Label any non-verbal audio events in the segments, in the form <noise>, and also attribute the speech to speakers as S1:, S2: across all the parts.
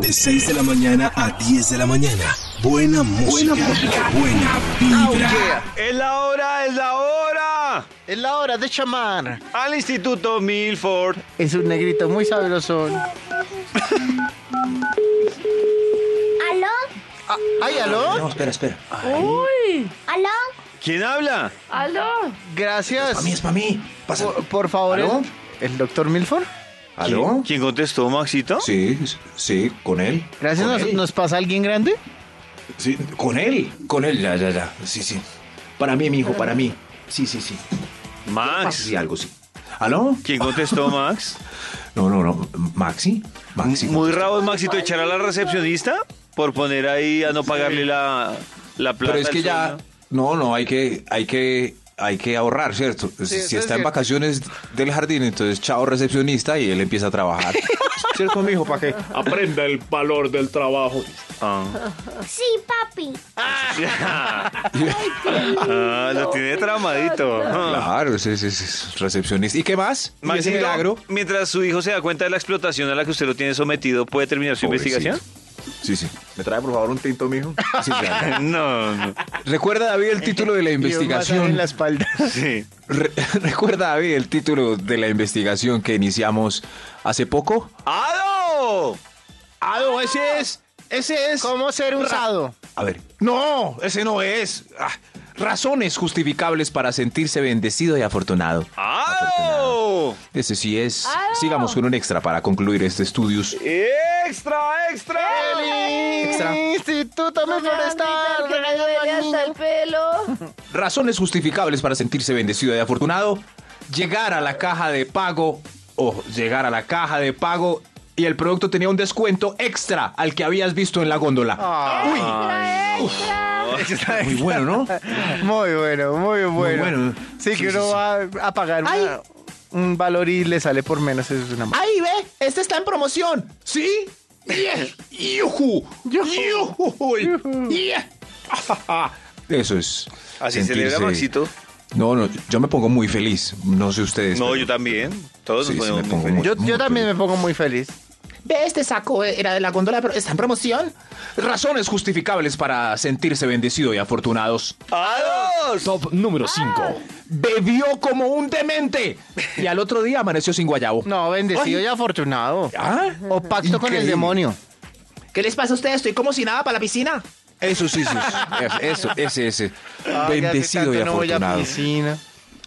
S1: De 6 de la mañana a 10 de la mañana. Buena música. Buena música. Oh, Buena vibra.
S2: Es la hora, es la hora.
S3: Es la hora de chamar.
S2: Al Instituto Milford.
S3: Es un negrito muy sabroso.
S4: ¿Aló?
S3: Ah, ¿Ay, aló?
S5: No, espera, espera.
S6: ¡Uy!
S4: ¿Aló?
S2: ¿Quién habla?
S6: ¡Aló!
S3: Gracias.
S5: A mí es para mí. Pasa.
S3: Por, por favor,
S5: ¿Aló?
S3: el, el doctor Milford.
S5: ¿Aló?
S2: ¿Quién contestó, Maxito?
S5: Sí, sí, con él.
S3: Gracias,
S5: Con
S3: nos,
S5: él.
S3: nos pasa alguien grande?
S5: Sí, con él. Con él, ya, ya, ya. Sí, sí. Para mí, mi hijo, para mí. Sí, sí, sí.
S2: Max.
S5: Sí, algo, sí. ¿Aló?
S2: ¿Quién contestó, Max?
S5: No, no, no. ¿Maxi? Maxi.
S2: Muy raro es Maxito echar a la recepcionista por poner ahí a no pagarle la, la plata.
S5: Pero es
S2: al
S5: que ya.
S2: sueldo.
S5: No, no, hay que, hay que, hay que ahorrar, ¿cierto?
S3: Sí,
S5: si
S3: eso
S5: si
S3: es
S5: está en
S3: cierto.
S5: vacaciones del jardín, entonces chao recepcionista y él empieza a trabajar. ¿Cierto, mi hijo? ¿Para qué?
S7: Aprenda el valor del trabajo.
S2: Ah. <laughs>
S4: Sí, papi.
S2: Ah, lo tiene tramadito. Ah.
S5: Claro, sí, sí, sí. Recepcionista. ¿Y qué más? ¿Y ese
S2: Maxito,
S5: milagro?
S2: mientras su hijo se da cuenta de la explotación a la que usted lo tiene sometido, ¿puede terminar su investigación?
S5: Sí, sí. ¿Me trae, por favor, un tinto, mijo? <laughs> Sí, claro.
S2: No, no.
S5: Recuerda, David, el título <laughs> de la
S3: Y un masaje en
S5: investigación.
S3: la
S5: <laughs>
S3: espalda.
S2: Sí.
S5: Re- <laughs> Recuerda, David, el título de la investigación que iniciamos hace poco.
S2: ¡Ado!
S7: Ah, no, ese es. Ese es.
S3: ¿Cómo ser usado?
S5: A ver.
S7: No.
S5: Ese no es. Ah, razones justificables para sentirse bendecido y afortunado.
S2: ¡Ado!
S5: Ese sí es. Sigamos con un extra para concluir este estudios.
S2: ¡Extra, extra!
S5: Extra.
S3: Instituto Milford está.
S6: Mamita, que me duele hasta el pelo.
S5: Razones justificables para sentirse bendecido y afortunado. Llegar a la caja de pago o llegar a la caja de pago y el producto tenía un descuento extra al que habías visto en la góndola.
S6: Extra, extra.
S5: Muy bueno, ¿no?
S3: Muy bueno, muy bueno.
S5: bueno.
S3: Sí, que
S5: Sí,
S3: uno
S5: sí, sí.
S3: va a pagar una- un valor y le sale por menos. Eso es una mala.
S5: ¡Ahí ve! ¡Este está en promoción! ¿Sí? Yeah. ¡Yujú! ¡Yujú! Yeah. Eso es.
S2: Así celebra
S5: sentirse-
S2: Maxito.
S5: No, no, yo me pongo muy feliz. No sé ustedes.
S2: No,
S5: pero-
S2: yo también. Todos
S5: Sí,
S2: nos
S5: sí,
S2: ponemos
S5: me
S2: muy
S5: pongo
S2: felices.
S3: Yo,
S5: muy
S3: yo también me
S5: feliz.
S3: pongo muy feliz.
S5: Ve, este saco era de la góndola, pero está en promoción. Razones justificables para sentirse bendecido y afortunados.
S2: ¡Ados!
S5: Top número 5. Bebió como un demente. Y al otro día amaneció sin guayabo.
S3: No, bendecido y afortunado.
S5: ¿Ah?
S3: O pacto con el
S5: Increíble.
S3: demonio.
S5: ¿Qué les pasa a ustedes? Estoy como si nada para la piscina. Eso sí, sí. sí. Eso, ese, ese. Bendecido
S3: Hace
S5: y
S3: Ah, tanto no voy a
S5: afortunado.
S3: piscina.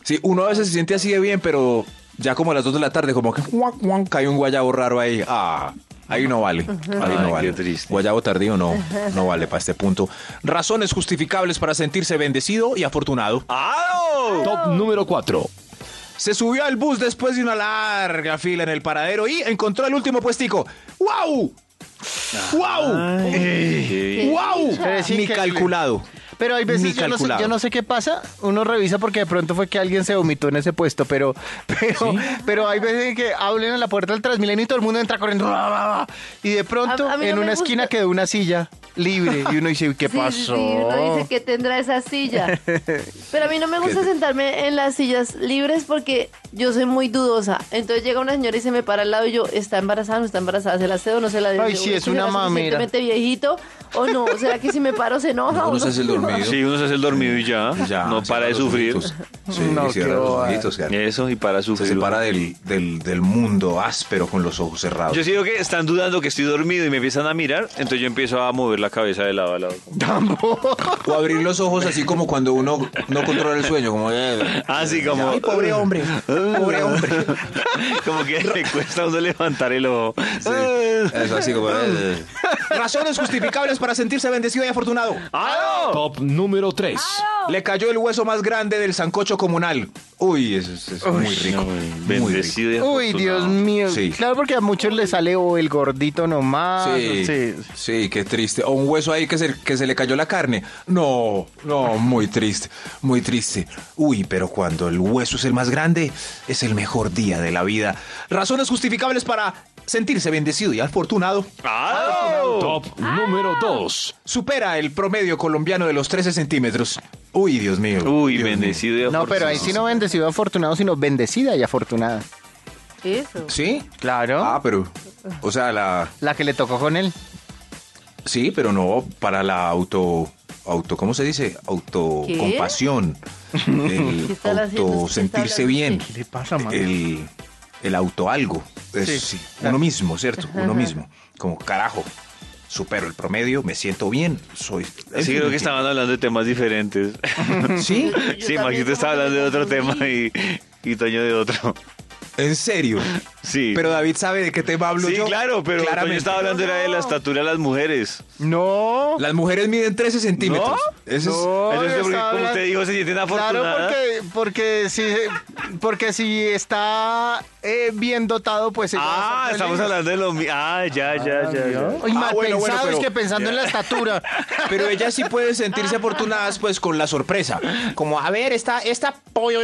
S5: Sí, uno a veces se siente así de bien, pero ya como a las 2 de la tarde, como que guac, guac, cae un guayabo raro ahí. Ah, ahí no vale. Ahí
S2: Ay,
S5: no vale.
S2: qué triste.
S5: Guayabo tardío <laughs> no, no vale para este punto. Razones justificables para sentirse bendecido y afortunado.
S2: ¡Ado!
S5: Top número 4. Se subió al bus después de una larga fila en el paradero y encontró el último puestico. ¡Wow! ¡Wow! ¡Wow!
S3: Pero es
S5: Ni
S3: increíble.
S5: calculado.
S3: Pero hay
S5: Ni
S3: veces yo no, sé,
S5: calculado.
S3: yo no sé qué pasa, uno revisa porque de pronto fue que alguien se vomitó en ese puesto, pero pero, pero hay veces en que hablen en la puerta del Transmilenio y todo el mundo entra corriendo ra, ra, ra, y de pronto
S6: A- a mí no
S3: en
S6: me
S3: una
S6: gusta.
S3: esquina quedó una silla libre y uno dice, "Uy, ¿qué
S6: <laughs> Sí, sí,
S3: pasó?
S6: sí, uno dice que tendrá
S3: <laughs>
S6: esa silla. Pero a mí no me gusta sentarme eh, en las sillas libres porque yo soy muy dudosa. Entonces llega una señora y se me para al lado y yo, ¿está embarazada? ¿No está embarazada? ¿Se la cedo? ¿No se la
S3: Ay,
S6: cedo?
S3: sí, es
S6: ¿Será
S3: una mamera.
S6: suficientemente viejito o no? ¿Será que si me paro se enoja
S5: No,
S6: o
S5: no se hace el dormido.
S2: Sí, uno se hace el dormido y ya. no para
S5: cierra
S2: de
S5: los
S2: sufrir.
S5: ojitos. Sí,
S3: No,
S5: cierra
S3: qué
S5: los
S3: bobada.
S5: ojitos, cara.
S2: Eso, y para
S5: Se
S2: sufrir.
S5: separa del, del, del mundo áspero con los ojos cerrados.
S2: Yo siento que están dudando que estoy dormido y me empiezan a mirar, entonces yo empiezo a mover la cabeza de lado a lado.
S5: O abrir los ojos así como cuando uno no controla el sueño, como... eh,
S2: Así Ah, como.
S5: Ay,
S2: <laughs>
S5: pobre hombre, pobre hombre.
S2: Como que le cuesta a uno levantar el ojo. Ah.
S5: Eso así como... eh. Razones justificables para sentirse bendecido y afortunado.
S2: ¡Ah, no!
S7: Top número 3.
S5: Le cayó el hueso más grande del sancocho comunal. Uy, eso es, es muy rico. muy rico.
S2: Bendecido y
S3: Uy,
S2: afortunado.
S3: Dios mío.
S5: Sí.
S3: Claro, porque a muchos les sale o el gordito nomás.
S5: Sí,
S3: sí.
S5: sí, qué triste. O un hueso ahí que se, que se le cayó la carne. No, no, muy triste, muy triste. Uy, pero cuando el hueso es el más grande, es el mejor día de la vida. Razones justificables para sentirse bendecido y afortunado.
S2: ¡Ah, no!
S7: Top número 2.
S5: Supera el promedio colombiano de los 13 centímetros. Uy, Dios mío.
S2: Uy,
S5: Dios mío.
S2: bendecido y
S3: No, pero ahí sí no bendecido afortunado, sino bendecida y afortunada.
S6: <laughs> Eso.
S5: ¿Sí?
S3: Claro.
S5: Ah, pero. O sea, la.
S3: La que le tocó con él.
S5: Sí, pero no para la auto. auto ¿Cómo se dice? Autocompasión.
S6: <laughs> ¿Qué
S5: El
S6: están haciendo?
S5: auto
S6: ¿Usted está
S5: sentirse
S6: hablando?
S5: bien.
S3: ¿Qué le pasa, mano?
S5: El, el auto algo. Es,
S3: Sí,
S5: sí,
S3: claro.
S5: Uno mismo, ¿cierto? Uno mismo. Como carajo. Supero el promedio, me siento bien, soy.
S2: Sí, creo que estaban hablando de temas
S6: <laughs>
S2: diferentes.
S5: ¿Sí?
S6: Yo
S2: Sí,
S6: también
S2: Maxito estaba
S6: como que
S2: hablando de
S6: me
S2: otro tema
S6: confundí.
S2: y, y Toño de otro.
S5: ¿En serio?
S2: Sí.
S5: Pero David sabe de qué tema hablo
S2: sí,
S5: yo.
S2: claro, pero Toño
S5: Claramente.
S2: estaba hablando era de la estatura de las mujeres.
S3: No.
S5: Las mujeres miden 13 centímetros. Eso es-
S3: No,
S2: Eso es
S3: Oh, yo
S2: porque,
S3: estaba
S2: como usted dijo, se sienten
S3: Claro,
S2: afortunadas.
S3: porque, porque, si, porque si está eh, bien dotado, pues... ella va a
S2: Ah,
S3: ser
S2: estamos
S3: feliz.
S2: hablando de lo mismo. Ah, ya, ya, ya. ya.
S3: Ay,
S5: Ah,
S3: mal
S5: bueno, bueno,
S3: pensados
S5: pero-
S3: que pensando en la estatura.
S5: Pero ellas sí pueden sentirse afortunadas pues con la sorpresa. Como, a ver, esta, esta pollo...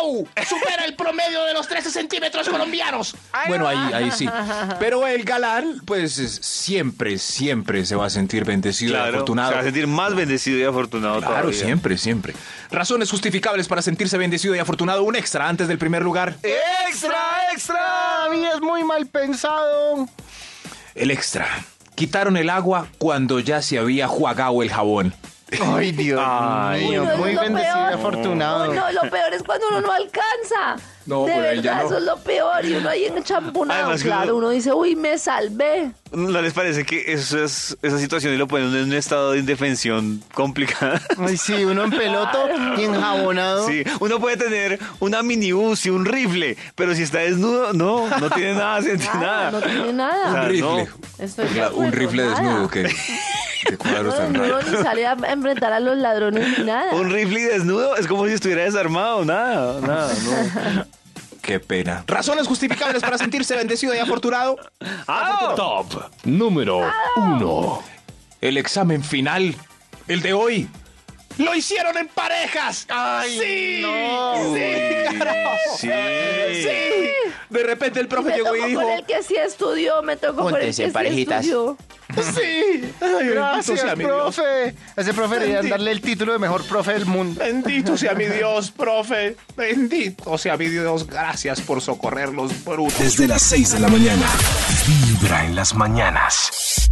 S5: ¡Wow! Supera el promedio de los 13 centímetros colombianos. Bueno, ahí, ahí sí. Pero el galán, pues es- siempre, siempre se va a sentir bendecido y
S2: Claro,
S5: afortunado.
S2: se va a sentir más bendecido y afortunado
S5: Claro,
S2: todavía.
S5: siempre, siempre. Razones justificables para sentirse bendecido y afortunado. Un extra antes del primer lugar.
S3: ¡Extra, extra! A mí es muy mal pensado.
S5: El extra. Quitaron el agua cuando ya se había jugado el jabón.
S3: Ay, Dios
S2: Ay,
S3: mío.
S6: Uy, no, eso
S3: muy
S6: es lo
S3: bendecido y
S6: peor.
S3: afortunado.
S6: Uy, no, lo peor es cuando uno no alcanza.
S5: No,
S6: de
S5: pero
S6: verdad,
S5: ahí ya no.
S6: eso es lo peor. Y uno ahí enchampurado,
S2: Además que
S6: claro,
S2: uno-
S6: uno dice, uy, me salvé.
S2: ¿No les parece que eso es, esa situación lo ponen en un estado de indefensión complicada?
S3: Ay, sí, uno en peloto y enjabonado. <laughs>
S2: Sí, uno puede tener una minibus y un rifle, pero si está desnudo, no, no tiene nada, <laughs> sentido,
S6: Nada,
S2: nada.
S6: Ah, no tiene nada.
S2: O sea,
S5: Un rifle.
S2: Ah, no.
S6: Estoy
S5: Cla-
S6: de
S5: un
S6: acuerdo,
S5: rifle
S6: nada.
S5: desnudo
S6: <laughs>
S5: que... que cuadros
S6: Uno
S5: tan
S6: desnudo
S5: raros.
S6: ni sale a enfrentar a los ladrones ni nada.
S2: Un rifle desnudo es como si estuviera desarmado, nada, nada, no.
S5: Qué pena. Razones justificables para sentirse bendecido y afortunado. Ah.
S7: Top número uno.
S5: El examen final, el de hoy. ¡Lo hicieron en parejas! ¡Ay! ¡Sí! ¡Sí!
S2: Sí.
S5: ¡Sí! De repente el profe
S6: me
S5: llegó
S6: tocó
S5: y dijo.
S6: con el que sí estudió, me tocó con el
S5: Póntense
S6: que
S5: parejitas.
S6: sí estudió.
S5: ¡Sí! Ay,
S3: Gracias,
S5: sea mi Dios.
S3: profe. A ese profe deberían darle el título de mejor profe del mundo.
S5: Bendito sea mi Dios, profe. Bendito sea mi Dios. Gracias por socorrerlos, brutos.
S1: Desde las 6 de la mañana. Vibra en las mañanas.